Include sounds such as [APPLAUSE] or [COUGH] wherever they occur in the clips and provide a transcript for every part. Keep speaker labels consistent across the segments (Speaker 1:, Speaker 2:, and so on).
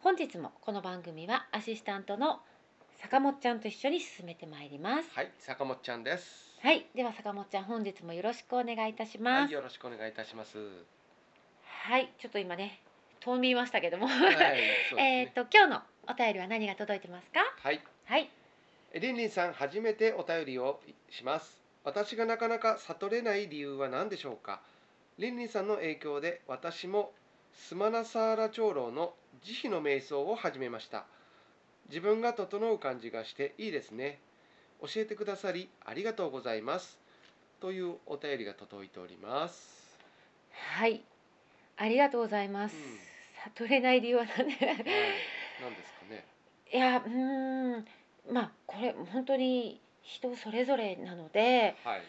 Speaker 1: 本日もこの番組はアシスタントの坂本ちゃんと一緒に進めてまいります。
Speaker 2: はい、坂本ちゃんです。
Speaker 1: はい、では坂本ちゃん、本日もよろしくお願いいたし
Speaker 2: は
Speaker 1: ま
Speaker 2: い、
Speaker 1: す。
Speaker 2: よろしくお願いいたします。
Speaker 1: はい、ちょっと今ね、遠見ましたけども、
Speaker 2: はい、そうです
Speaker 1: [LAUGHS] えっ
Speaker 2: ね。
Speaker 1: と今日のお便りは何が届いてますか？
Speaker 2: はい、
Speaker 1: はい、
Speaker 2: えりんりんさん、初めてお便りをします。私がなかなか悟れない理由は何でしょうか。りんりんさんの影響で、私もスマナサーラ長老の慈悲の瞑想を始めました。自分が整う感じがしていいですね。教えてくださりありがとうございます。というお便りが届いております。
Speaker 1: はい、ありがとうございます。
Speaker 2: うん
Speaker 1: 悟れない理由は何 [LAUGHS]
Speaker 2: はい
Speaker 1: で、
Speaker 2: 何ですかね。
Speaker 1: いやうーんまあこれ本当に人それぞれなので
Speaker 2: はい。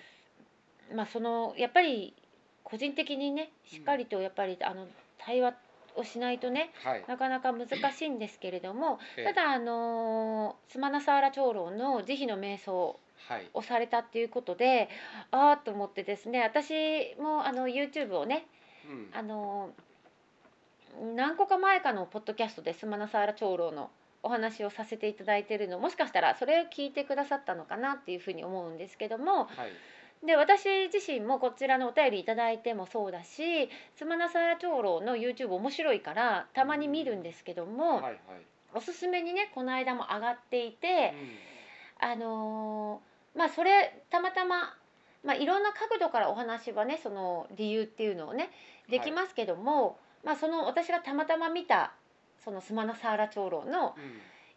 Speaker 1: まあそのやっぱり個人的にねしっかりとやっぱり、あの対話をしないとね
Speaker 2: はい。
Speaker 1: なかなか難しいんですけれども
Speaker 2: ええ
Speaker 1: ただあのースマナサーラ長老の慈悲の瞑想
Speaker 2: はい。
Speaker 1: をされたっていうことでああと思ってですね私もあの YouTube をね
Speaker 2: うん
Speaker 1: あの何個か前かのポッドキャストでスマナサーラ長老のお話をさせていただいているのもしかしたらそれを聞いてくださったのかなっていうふうに思うんですけども
Speaker 2: はい。
Speaker 1: で私自身もこちらのお便りいただいてもそうだしスマナサーラ長老の YouTube 面白いからたまに見るんですけども、
Speaker 2: はいはい。
Speaker 1: おすすめにねこの間も上がっていて、あのーまあそれたまたま、まあ、いろんな角度からお話はねその理由っていうのをねできますけども、まあその私がたまたま見たそのスマナサーラ長老の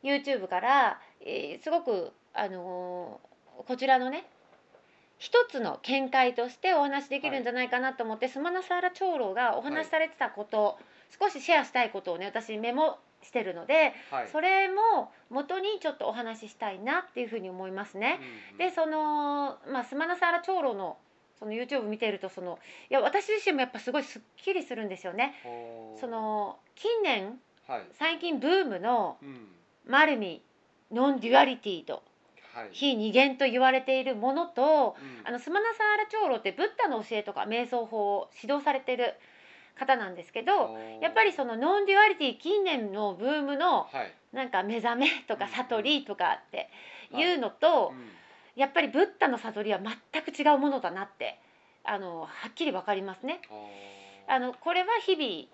Speaker 2: うん
Speaker 1: YouTube から、えーすごく、あのーこちらのね一つの見解としてお話できるんじゃないかなと思って、スマナサーラ長老がお話しされてたこと、少しシェアしたいことをね私メモしてるので、
Speaker 2: はい。
Speaker 1: それも元にちょっとお話ししたいなっていうふうに思いますね。
Speaker 2: うん
Speaker 1: でその、まあ、スマナサーラ長老のその YouTube 見ているとそのいや私自身もやっぱすごいすっきりするんですよね。
Speaker 2: ほう
Speaker 1: その近年
Speaker 2: はい。
Speaker 1: 最近ブームの
Speaker 2: うん
Speaker 1: マルミノンデュアリティと
Speaker 2: はい。
Speaker 1: 非二元と言われているものと
Speaker 2: うん
Speaker 1: あのスマナサーラ長老ってブッダの教えとか瞑想法を指導されてる方なんですけど
Speaker 2: ほう
Speaker 1: やっぱりそのノンデュアリティ近年のブームの
Speaker 2: はい。
Speaker 1: なんか目覚めとか
Speaker 2: うんうん
Speaker 1: 悟りとかって
Speaker 2: はい
Speaker 1: いうのと
Speaker 2: うん
Speaker 1: やっぱりブッダの悟りは全く違うものだなってあのはっきり分かりますね。
Speaker 2: ほう
Speaker 1: あのこれは日々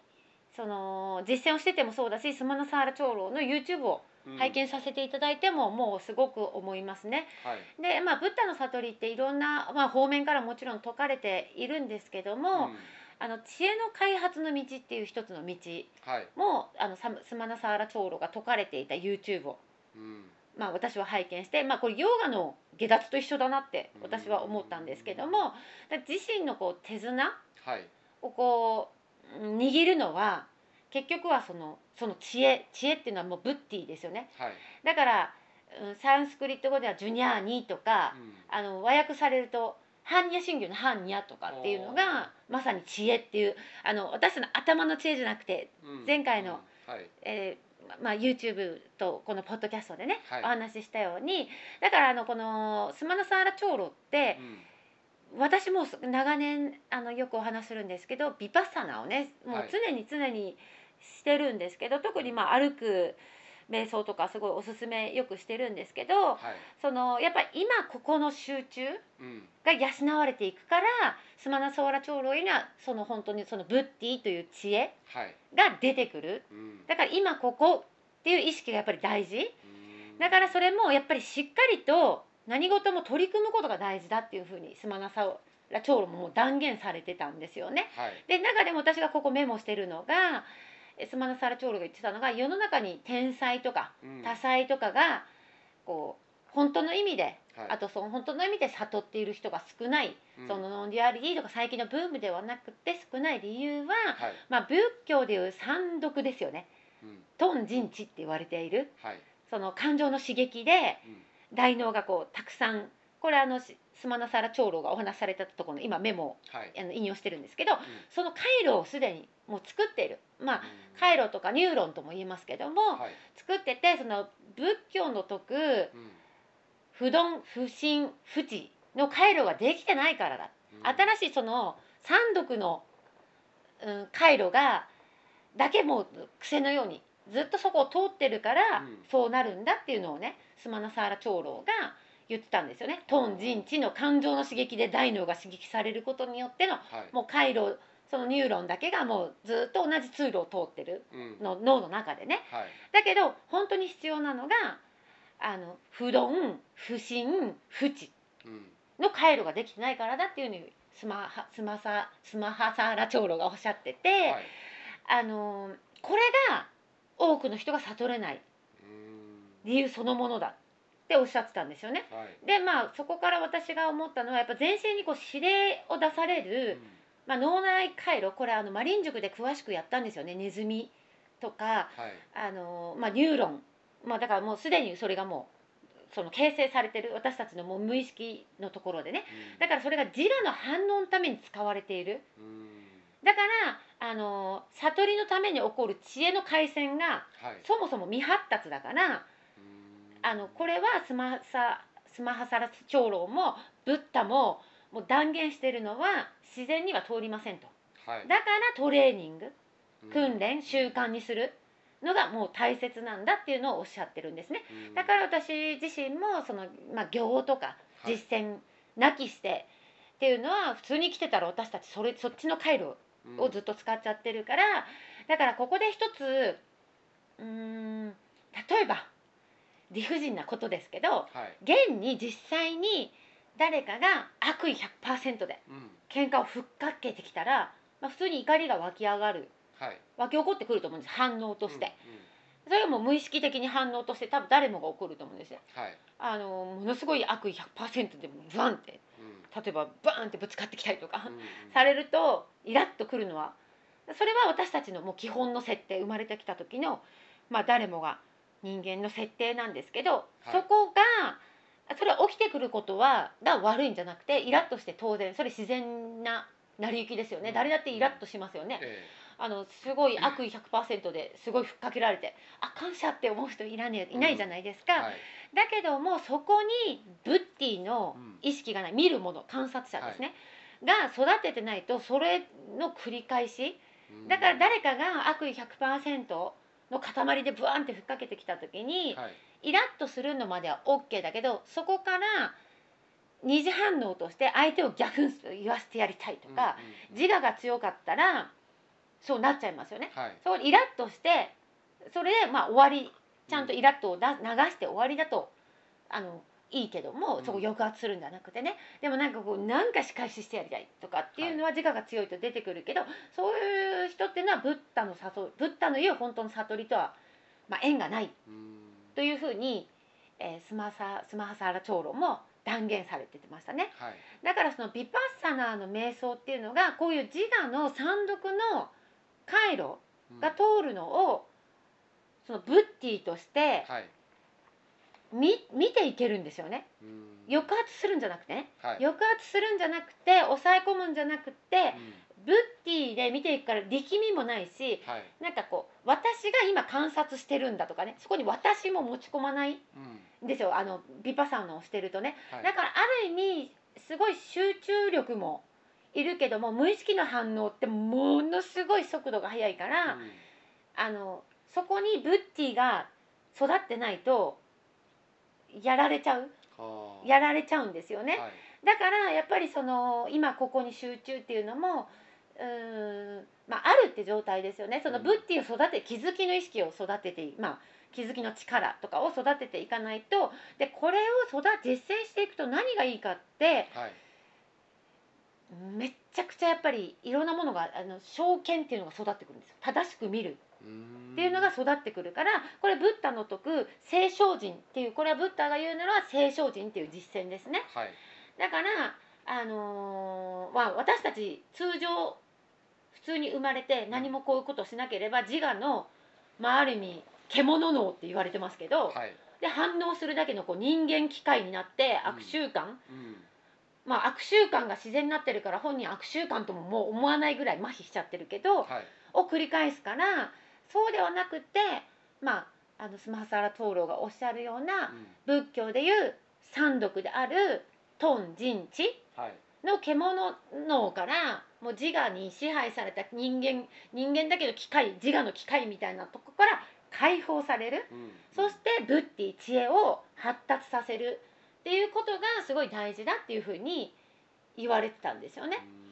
Speaker 1: その実践をしててもそうだしスマナサーラ長老の YouTube を
Speaker 2: うん
Speaker 1: 拝見させていただいてももうすごく思いますね。
Speaker 2: はい。
Speaker 1: でまあブッダの悟りっていろんな、まあ、方面からもちろん説かれているんですけども、
Speaker 2: うん
Speaker 1: あの知恵の開発の道っていう一つの道
Speaker 2: はい。
Speaker 1: もあのサムスマナサーラ長老が説かれていた YouTube を
Speaker 2: うん
Speaker 1: まあ、私は拝見して、まあ、これヨガの下脱と一緒だなって私は思ったんですけどもだから自身のこう手綱
Speaker 2: はい。
Speaker 1: をこううん握るのは結局はそのその知恵知恵っていうのはもうブッティですよね
Speaker 2: はい。
Speaker 1: だから、うん、サンスクリット語ではジュニャーニとか
Speaker 2: うん
Speaker 1: あの和訳されると般若心経の般若とかっていうのがまさに知恵っていうあの私の頭の知恵じゃなくて
Speaker 2: うん
Speaker 1: 前回の
Speaker 2: うんはい。
Speaker 1: えまあ、YouTube とこのポッドキャストでね、
Speaker 2: はい
Speaker 1: お話ししたようにだからあのこのスマナサーラ長老って、私も長年あのよくお話しするんですけどビパッサナをねもう
Speaker 2: はい
Speaker 1: 常に常にしてるんですけど、特にまあ歩く瞑想とかすごいおすすめよくしてるんですけど、
Speaker 2: はい
Speaker 1: そのやっぱり今ここの集中
Speaker 2: うん
Speaker 1: が養われていくからスマナソーラ長老にはその本当にそのブッティという知恵
Speaker 2: はい
Speaker 1: が出てくる
Speaker 2: うん
Speaker 1: だから今ここっていう意識がやっぱり大事
Speaker 2: うん
Speaker 1: だからそれもやっぱりしっかりと何事も取り組むことが大事だっていうふうにスマナサオラ長老ももう断言されてたんですよね。
Speaker 2: はい
Speaker 1: で中でも私がここメモしてるのがえスマナサオラ長老が言ってたのが世の中に天才とか
Speaker 2: うん
Speaker 1: 多才とかがこう本当の意味で
Speaker 2: はい
Speaker 1: あとその本当の意味で悟っている人が少ない
Speaker 2: うん
Speaker 1: そのノンデュアリティとか最近のブームではなくて少ない理由は
Speaker 2: はい
Speaker 1: まあ仏教でいう三毒ですよね。
Speaker 2: うん
Speaker 1: トン陣地って言われている
Speaker 2: はい
Speaker 1: その感情の刺激で
Speaker 2: うん
Speaker 1: 大脳がこうたくさんこれあのしスマナサラ長老がお話しされたところの今メモを
Speaker 2: はい
Speaker 1: あの引用してるんですけど
Speaker 2: うん
Speaker 1: その回路をすでにもう作っているまあ
Speaker 2: うん
Speaker 1: 回路とかニューロンとも言いますけども、
Speaker 2: はい
Speaker 1: 作っててその仏教の説く
Speaker 2: うん
Speaker 1: 不鈍不信不知の回路ができてないからだ、
Speaker 2: うん
Speaker 1: 新しいその三毒の、うん、回路がだけもう癖のようにずっとそこを通ってるから、
Speaker 2: うん
Speaker 1: そうなるんだっていうのをねスマナサーラ長老が言ってたんですよね。トン人知の感情の刺激で大脳が刺激されることによっての
Speaker 2: はい
Speaker 1: もう回路そのニューロンだけがもうずっと同じ通路を通ってる
Speaker 2: うん
Speaker 1: の脳の中でね。
Speaker 2: はい
Speaker 1: だけど本当に必要なのがあの不論不信不知
Speaker 2: うん
Speaker 1: の回路ができてないからだっていうふうにスマハスマサスマハサーラ長老がおっしゃってて、
Speaker 2: はい
Speaker 1: あのこれが多くの人が悟れない
Speaker 2: うん
Speaker 1: 理由そのものだっておっしゃってたんですよね。
Speaker 2: はい
Speaker 1: でまあそこから私が思ったのはやっぱ全身にこう指令を出され
Speaker 2: う
Speaker 1: る、
Speaker 2: ん
Speaker 1: まあ、脳内回路これあのマリン塾で詳しくやったんですよねネズミとか
Speaker 2: はい
Speaker 1: あのまあ、ニューロン、まあ、だからもうすでにそれがもうその形成されてる私たちのもう無意識のところでね
Speaker 2: うん
Speaker 1: だからそれが自我の反応のために使われている
Speaker 2: うん
Speaker 1: だからあの悟りのために起こる知恵の回線が
Speaker 2: はい
Speaker 1: そもそも未発達だから
Speaker 2: うん
Speaker 1: あのこれはスマサスマハサラ長老もブッダももう断言してるのは自然には通りませんと
Speaker 2: はい
Speaker 1: だからトレーニング
Speaker 2: うん
Speaker 1: 訓練習慣にするのがもう大切なんだっていうのをおっしゃってるんですね
Speaker 2: うん
Speaker 1: だから私自身もその、まあ、行とか
Speaker 2: はい
Speaker 1: 実践なきしてっていうのは普通に来てたら私たちそれそっちの回路
Speaker 2: うん
Speaker 1: をずっと使っちゃってるからだからここで一つうーん例えば理不尽なことですけど
Speaker 2: はい
Speaker 1: 現に実際に誰かが悪意100%で
Speaker 2: うん
Speaker 1: 喧嘩をふっかけてきたら、まあ、普通に怒りが湧き上がる
Speaker 2: はい
Speaker 1: 湧き起こってくると思うんです反応として、
Speaker 2: うんうん
Speaker 1: それはもう無意識的に反応として多分誰もが起こると思うんですよ
Speaker 2: はい
Speaker 1: あのものすごい悪意100%でもうバンって
Speaker 2: うん
Speaker 1: 例えばバーンってぶつかってきたりとか
Speaker 2: うんうん
Speaker 1: されるとイラッとくるのはそれは私たちのもう基本の設定生まれてきた時の、まあ、誰もが人間の設定なんですけど、
Speaker 2: い
Speaker 1: そこがそれは起きてくることはが悪いんじゃなくてイラッとして当然それ自然な成り行きですよね、
Speaker 2: うん
Speaker 1: 誰だってイラッとしますよね、
Speaker 2: え
Speaker 1: あのすごい悪意100%ですごいふっかけられてあ感謝って思う人いらねえいないじゃないですか、
Speaker 2: えはい
Speaker 1: だけどもそこにブッティの意識がない見るもの観察者ですね、が育ててないとそれの繰り返し
Speaker 2: うん
Speaker 1: だから誰かが悪意100%の塊でブワンってふっかけてきた時に
Speaker 2: はい
Speaker 1: イラッとするのまでは OK だけどそこから二次反応として相手をギャフンと言わせてやりたいとか、
Speaker 2: うんうん
Speaker 1: 自我が強かったらそうなっちゃいますよね。
Speaker 2: はい
Speaker 1: そうイラッとしてそれでまあ終わりちゃんとイラッとをだ流して終わりだとあのいいけども
Speaker 2: うん
Speaker 1: そこ抑圧するんじゃなくてね、でもなんかこうなんか仕返ししてやりたいとかっていうのは自我が強いと出てくるけど、そういう人っていうのはブッダの誘うブッダの言う本当の悟りとは、まあ、縁がない
Speaker 2: うん
Speaker 1: というふうに、えースマサスマハサーラ長老も断言されててましたね。
Speaker 2: はい
Speaker 1: だからそのビパッサナーの瞑想っていうのがこういう自我の三毒の回路
Speaker 2: うん
Speaker 1: が通るのをそのブッティとして
Speaker 2: はい
Speaker 1: 見見ていけるんですよね
Speaker 2: うん
Speaker 1: 抑圧するんじゃなくてね
Speaker 2: はい
Speaker 1: 抑圧するんじゃなくて抑え込むんじゃなくて
Speaker 2: うん
Speaker 1: ブブッディで見ていくから力みもないし
Speaker 2: はい、
Speaker 1: なんかこう私が今観察してるんだとかねそこに私も持ち込まない
Speaker 2: うん
Speaker 1: んですよあのビパッサナをしてるとね
Speaker 2: はい、
Speaker 1: だからある意味すごい集中力もいるけども無意識の反応ってものすごい速度が速いから、
Speaker 2: うん
Speaker 1: あのそこにブッティが育ってないとやられちゃう
Speaker 2: はあ
Speaker 1: やられちゃうんですよね、
Speaker 2: はい
Speaker 1: だからやっぱりその今ここに集中っていうのもうーん、まあ、あるって状態ですよねその
Speaker 2: うん
Speaker 1: ブッティを育て気づきの意識を育てていまあ気づきの力とかを育てていかないとでこれを育実践していくと何がいいかって
Speaker 2: はい
Speaker 1: めっちゃくちゃやっぱりいろんなものがあの証券っていうのが育ってくるんですよ正しく見る
Speaker 2: っ
Speaker 1: っていうのが育ってくるからこれブッダの説く聖精進っていうこれはブッダが言うなら聖精進っていう実践ですね
Speaker 2: はい
Speaker 1: だからあのーまあ私たち通常普通に生まれて何もこういうことをしなければ自我の、まあ、ある意味獣脳って言われてますけど、
Speaker 2: はい、
Speaker 1: で反応するだけのこう人間機械になって
Speaker 2: うん
Speaker 1: 悪習慣、
Speaker 2: うん、
Speaker 1: まあ悪習慣が自然になってるから本人悪習慣とももう思わないぐらい麻痺しちゃってるけど、
Speaker 2: はい
Speaker 1: を繰り返すからそうではなくてまああのスマハサラ灯籠がおっしゃるような
Speaker 2: うん
Speaker 1: 仏教でいう三毒である頓人知
Speaker 2: はい
Speaker 1: の獣脳からもう自我に支配された人間人間だけど機械自我の機械みたいなとこから解放される
Speaker 2: うん
Speaker 1: そしてブッディ知恵を発達させるっていうことがすごい大事だっていうふうに言われてたんですよね。
Speaker 2: うん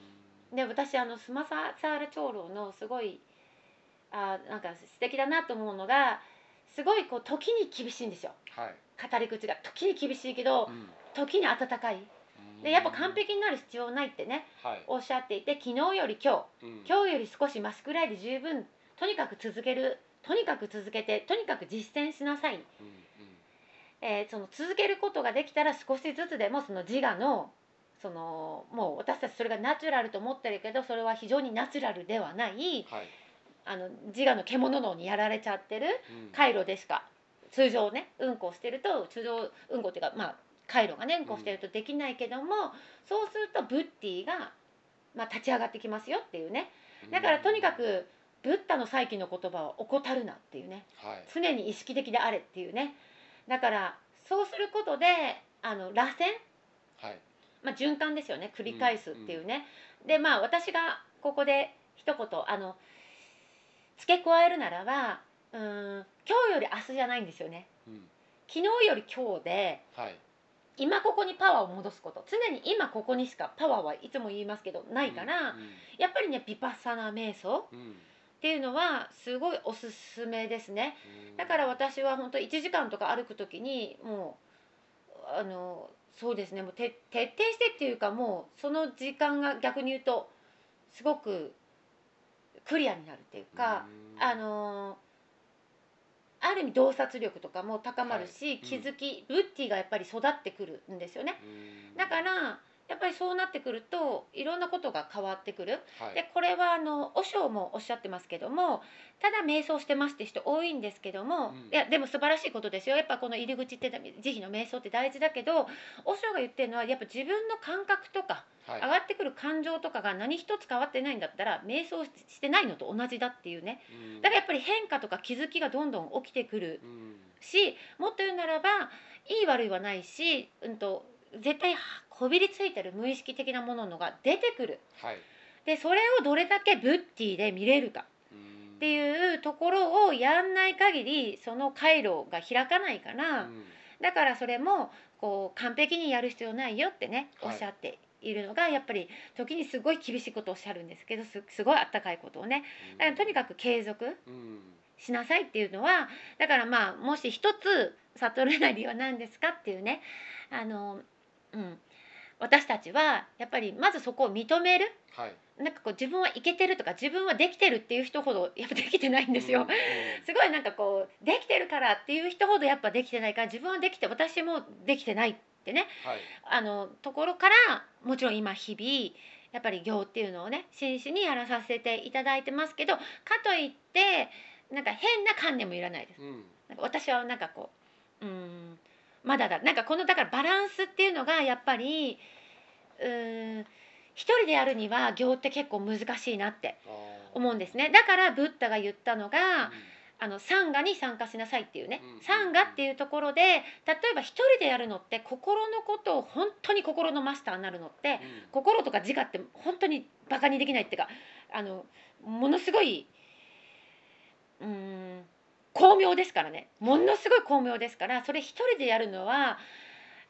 Speaker 1: で私あのスマササーラ長老のすごいあなんか素敵だなと思うのがすごいこう時に厳しいんですよ
Speaker 2: はい
Speaker 1: 語り口が時に厳しいけど
Speaker 2: う
Speaker 1: 時に温かい
Speaker 2: ん
Speaker 1: でやっぱ完璧になる必要ないってね
Speaker 2: はい
Speaker 1: おっしゃっていて昨日より今
Speaker 2: うん
Speaker 1: 日今日より少しマシくらいで十分とにかく続けるとにかく続けてとにかく実践しなさい、
Speaker 2: うん
Speaker 1: えーその続けることができたら少しずつでもその自我のそのもう私たちそれがナチュラルと思ってるけどそれは非常にナチュラルではない
Speaker 2: うんはい
Speaker 1: あの自我の獣脳にやられちゃってる
Speaker 2: うん
Speaker 1: 回路でしか通常ねうんこをしてると通常うんこっていうかまあ回路がねうんこをしてるとできないけども、そうするとブッディが、まあ、立ち上がってきますよっていうねだからとにかくブッダの再起の言葉は怠るなっていうね
Speaker 2: はい
Speaker 1: 常に意識的であれっていうねだからそうすることであの螺旋
Speaker 2: はい
Speaker 1: まあ、循環ですよね繰り返すっていうね、でまあ私がここで一言あの付け加えるならばうーん今日より明日じゃないんですよね
Speaker 2: うん
Speaker 1: 昨日より今日で
Speaker 2: はい
Speaker 1: 今ここにパワーを戻すこと常に今ここにしかパワーはいつも言いますけどないから、
Speaker 2: うん
Speaker 1: やっぱりねビパッサナ瞑想
Speaker 2: うん
Speaker 1: っていうのはすごいおすすめですね
Speaker 2: うん
Speaker 1: だから私は本当1時間とか歩く時にもうあのそうですねもうて徹底してっていうかもうその時間が逆に言うとすごくクリアになるっていうか、
Speaker 2: うん
Speaker 1: あのある意味洞察力とかも高まるし、
Speaker 2: ん
Speaker 1: 気づき、ブッティがやっぱり育ってくるんですよね。
Speaker 2: うん
Speaker 1: だからやっぱりそうなってくるといろんなことが変わってくる
Speaker 2: はい
Speaker 1: でこれはあの和尚もおっしゃってますけどもただ瞑想してますって人多いんですけど
Speaker 2: う
Speaker 1: も、
Speaker 2: ん
Speaker 1: いやでも素晴らしいことですよやっぱこの入り口って慈悲の瞑想って大事だけど和尚が言ってるのはやっぱ自分の感覚とか、
Speaker 2: はい
Speaker 1: 上がってくる感情とかが何一つ変わってないんだったら瞑想してないのと同じだっていうね
Speaker 2: うん
Speaker 1: だからやっぱり変化とか気づきがどんどん起きてくる
Speaker 2: うん
Speaker 1: しもっと言うならばいい悪いはないし、うん、と絶対こびりついてる無意識的なもののが出てくる。
Speaker 2: はい
Speaker 1: でそれをどれだけブッティで見れるか
Speaker 2: っ
Speaker 1: って
Speaker 2: う
Speaker 1: いうところをやんない限りその回路が開かないから、
Speaker 2: ん
Speaker 1: だからそれもこう完璧にやる必要ないよってねお
Speaker 2: はい
Speaker 1: っしゃっているのが、やっぱり時にすごい厳しいことをおっしゃるんですけどすすごいあったかいことをねだからとにかく継続
Speaker 2: うん
Speaker 1: しなさいっていうのはだからまあもし一つ悟れない理由は何ですかっていうねあの、うん、私たちはやっぱりまずそこを認める
Speaker 2: はい
Speaker 1: なんかこう自分はいけてるとか自分はできてるっていう人ほどやっぱできてないんですよ。
Speaker 2: うんうん
Speaker 1: すごいなんかこうできてるからっていう人ほどやっぱできてないから自分はできて私もできてないってね
Speaker 2: はい
Speaker 1: あのところからもちろん今日々やっぱり行っていうのをね真摯にやらさせていただいてますけどかといってなんか変な観念もいらないです。
Speaker 2: うん
Speaker 1: なんか私はなんかこううーんまだだなんかこのだからバランスっていうのがやっぱりうーん一人でやるには行って結構難しいなって思うんです
Speaker 2: ね。
Speaker 1: ねだからブッダが言ったの
Speaker 2: うん
Speaker 1: があのサンガに参加しなさいっていうね、
Speaker 2: うん
Speaker 1: サンガっていうところで例えば一人でやるのって心のことを本当に心のマスターになるのって
Speaker 2: うん
Speaker 1: 心とか自我って本当にバカにできないっていうかあのものすごいうーん巧妙ですからねものすごい巧妙ですからそれ一人でやるのは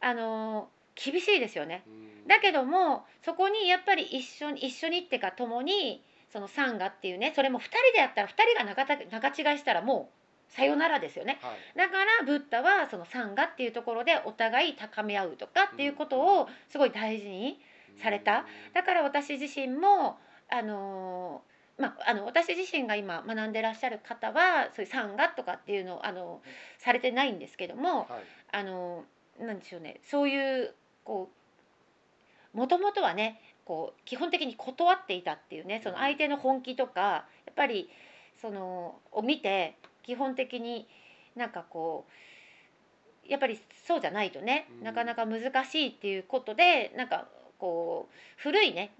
Speaker 1: あの厳しいですよね。
Speaker 2: うん
Speaker 1: だけどもそこにやっぱり一緒に一緒にっていうか共にそのサンガっていうねそれも2人でやったら2人が仲た仲違いしたらもうさよならですよね
Speaker 2: はい
Speaker 1: だからブッダはそのサンガっていうところでお互い高め合うとかっていうことをすごい大事にされただから私自身もあのーまあ、あの私自身が今学んでらっしゃる方はそういうサンガとかっていうのをあのされてないんですけども、
Speaker 2: はい
Speaker 1: あのなんでしょうねそういうこうもともとはねこう基本的に断っていたっていうねその相手の本気とかやっぱりそのを見て基本的になんかこうやっぱりそうじゃないとね
Speaker 2: うん
Speaker 1: なかなか難しいっていうことでなんかこう古いね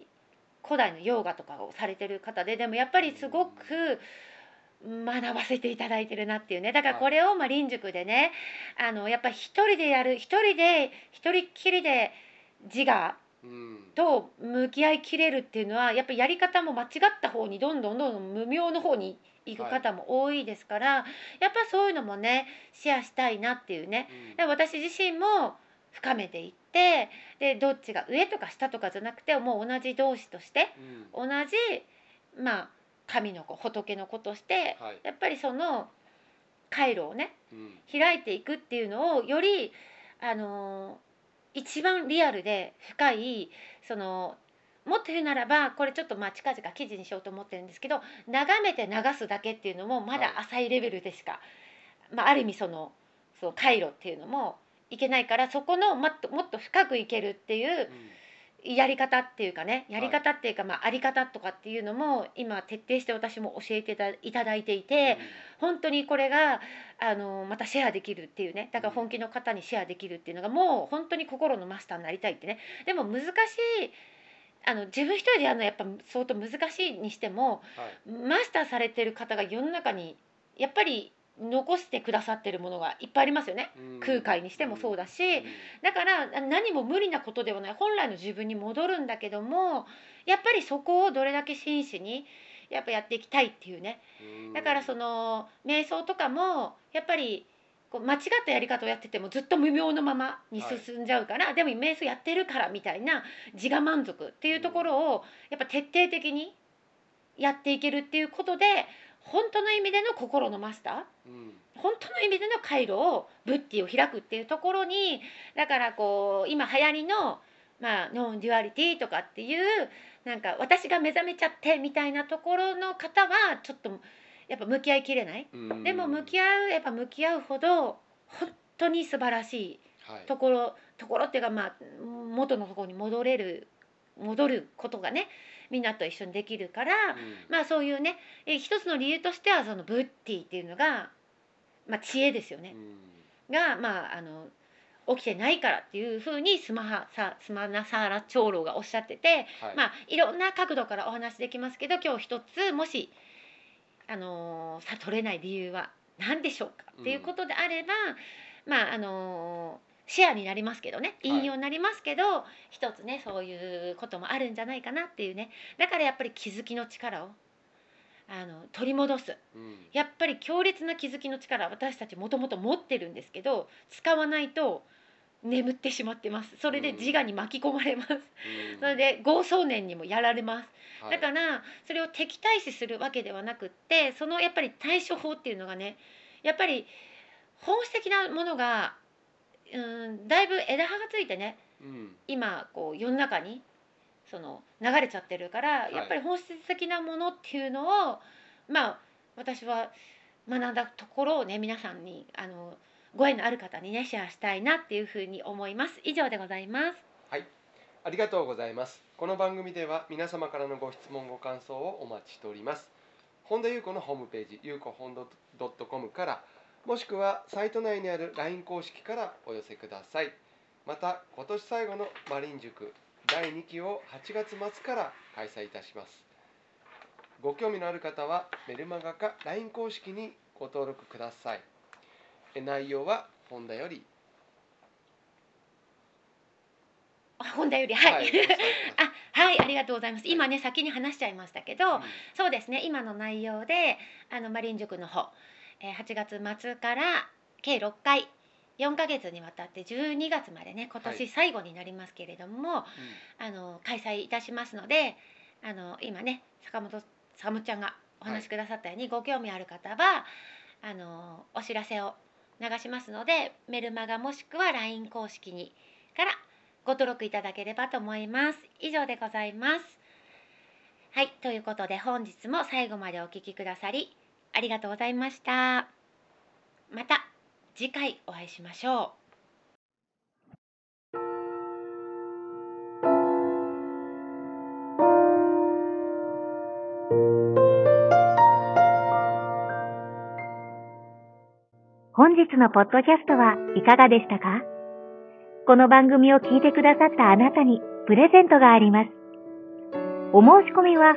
Speaker 1: 古代のヨガとかをされてる方ででもやっぱりすごく学ばせていただいてるなっていうねだからこれをまあ臨塾でねあのやっぱり一人でやる一人で一人っきりで自我
Speaker 2: うん
Speaker 1: と向き合いきれるっていうのはやっぱりやり方も間違った方にどんどんどんどん無名の方に行く方も多いですから、やっぱそういうのもねシェアしたいなっていうね
Speaker 2: うん
Speaker 1: だから私自身も深めていってでどっちが上とか下とかじゃなくてもう同じ同士として
Speaker 2: うん
Speaker 1: 同じまあ神の子仏の子として
Speaker 2: はい
Speaker 1: やっぱりその回路をね
Speaker 2: うん
Speaker 1: 開いていくっていうのをよりあのー一番リアルで深いそのもっと言うならばこれちょっとまあ近々記事にしようと思ってるんですけど眺めて流すだけっていうのもまだ浅いレベルでしか、まあ、ある意味そのその回路っていうのもいけないからそこのもっともっと深くいけるっていう
Speaker 2: うん
Speaker 1: やり方っていうかねやり方っていうか、まあ、あり方とかっていうのも今徹底して私も教えていたいただいていて。本当にこれがあのまたシェアできるっていうねだから本気の方にシェアできるっていうのがもう本当に心のマスターになりたいってねでも難しいあの自分一人でやるのはやっぱ相当難しいにしても
Speaker 2: はい
Speaker 1: マスターされてる方が世の中にやっぱり残してくださってるものがいっぱいありますよね
Speaker 2: うん
Speaker 1: 空海にしてもそうだし
Speaker 2: うん
Speaker 1: だからあ何も無理なことではない本来の自分に戻るんだけどもやっぱりそこをどれだけ真摯にやっぱやっていきたいっていうね
Speaker 2: うん
Speaker 1: だからその瞑想とかもやっぱりこう間違ったやり方をやっててもずっと無名のままに進んじゃうから、でも瞑想やってるからみたいな自我満足っていうところをやっぱ徹底的にやっていけるっていうことで本当の意味での心のマスター
Speaker 2: うん
Speaker 1: 本当の意味での回路をブッティを開くっていうところにだからこう今流行りの、まあ、ノンデュアリティとかっていうなんか私が目覚めちゃってみたいなところの方はちょっとやっぱ向き合いきれない
Speaker 2: うん
Speaker 1: でも向き合うやっぱ向き合うほど本当に素晴らしい
Speaker 2: はい
Speaker 1: ところところっていうかまあ元のところに戻れる戻ることがねみんなと一緒にできるから、
Speaker 2: うん
Speaker 1: まあそういうねえ一つの理由としてはそのブッティっていうのが、まあ、知恵ですよね
Speaker 2: う、ん
Speaker 1: がまああの起きてないからっていうふうにスマハさスマナサーラ長老がおっしゃってて、
Speaker 2: はい
Speaker 1: まあいろんな角度からお話できますけど今日一つもし、あのー悟れない理由は何でしょうかっていうことであれば、まああのーシェアになりますけどね
Speaker 2: はい
Speaker 1: 引用になりますけど、一つねそういうこともあるんじゃないかなっていうねだからやっぱり気づきの力をあの取り戻す
Speaker 2: うん
Speaker 1: やっぱり強烈な気づきの力私たちもともと持ってるんですけど使わないと眠ってしまってますそれで自我に巻き込まれます、
Speaker 2: うん
Speaker 1: それで豪壮年にもやられます
Speaker 2: はい
Speaker 1: だからそれを敵対視するわけではなくってそのやっぱり対処法っていうのがねやっぱり本質的なものがうんだいぶ枝葉がついてね
Speaker 2: うん
Speaker 1: 今こう世の中にその流れちゃってるから、
Speaker 2: い
Speaker 1: やっぱり本質的なものっていうのをまあ私は学んだところをね皆さんにあのご縁のある方にねシェアしたいなっていうふうに思います。以上でございます。
Speaker 2: ありがとうございます。この番組では皆様からのご質問ご感想をお待ちしております。本田裕子のホームページ、ゆうこ本ドットコムから、もしくはサイト内にある LINE 公式からお寄せください。また、今年最後のマリン塾第2期を8月末から開催いたしますご興味のある方はメルマガか LINE 公式にご登録くださいえ内容は本田より
Speaker 1: あ本題よりはい、
Speaker 2: お伝えします
Speaker 1: あはいありがとうございます今ね先に話しちゃいましたけど、
Speaker 2: う
Speaker 1: [LAUGHS]
Speaker 2: ん
Speaker 1: そうですね今の内容であのマリン塾の方、えー8月末から計6回4ヶ月にわたって12月までね今
Speaker 2: はい
Speaker 1: 年最後になりますけれども、あの開催いたしますのであの今ね坂本坂本ちゃんがお話しくださったように、ご興味ある方はあのお知らせを流しますのでメルマガもしくは LINE 公式にからご登録いただければと思います。以上でございます。はい、ということで本日も最後までお聞きくださりありがとうございました。また次回お会いしましょう。
Speaker 3: 本日のポッドキャストはいかがでしたかこの番組を聞いてくださったあなたにプレゼントがあります。お申し込みは、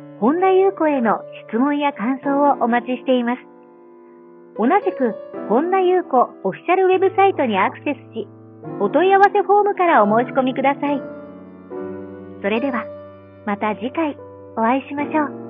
Speaker 3: 本田裕子への質問や感想をお待ちしています。同じく、本田裕子オフィシャルウェブサイトにアクセスし、お問い合わせフォームからお申し込みください。それでは、また次回お会いしましょう。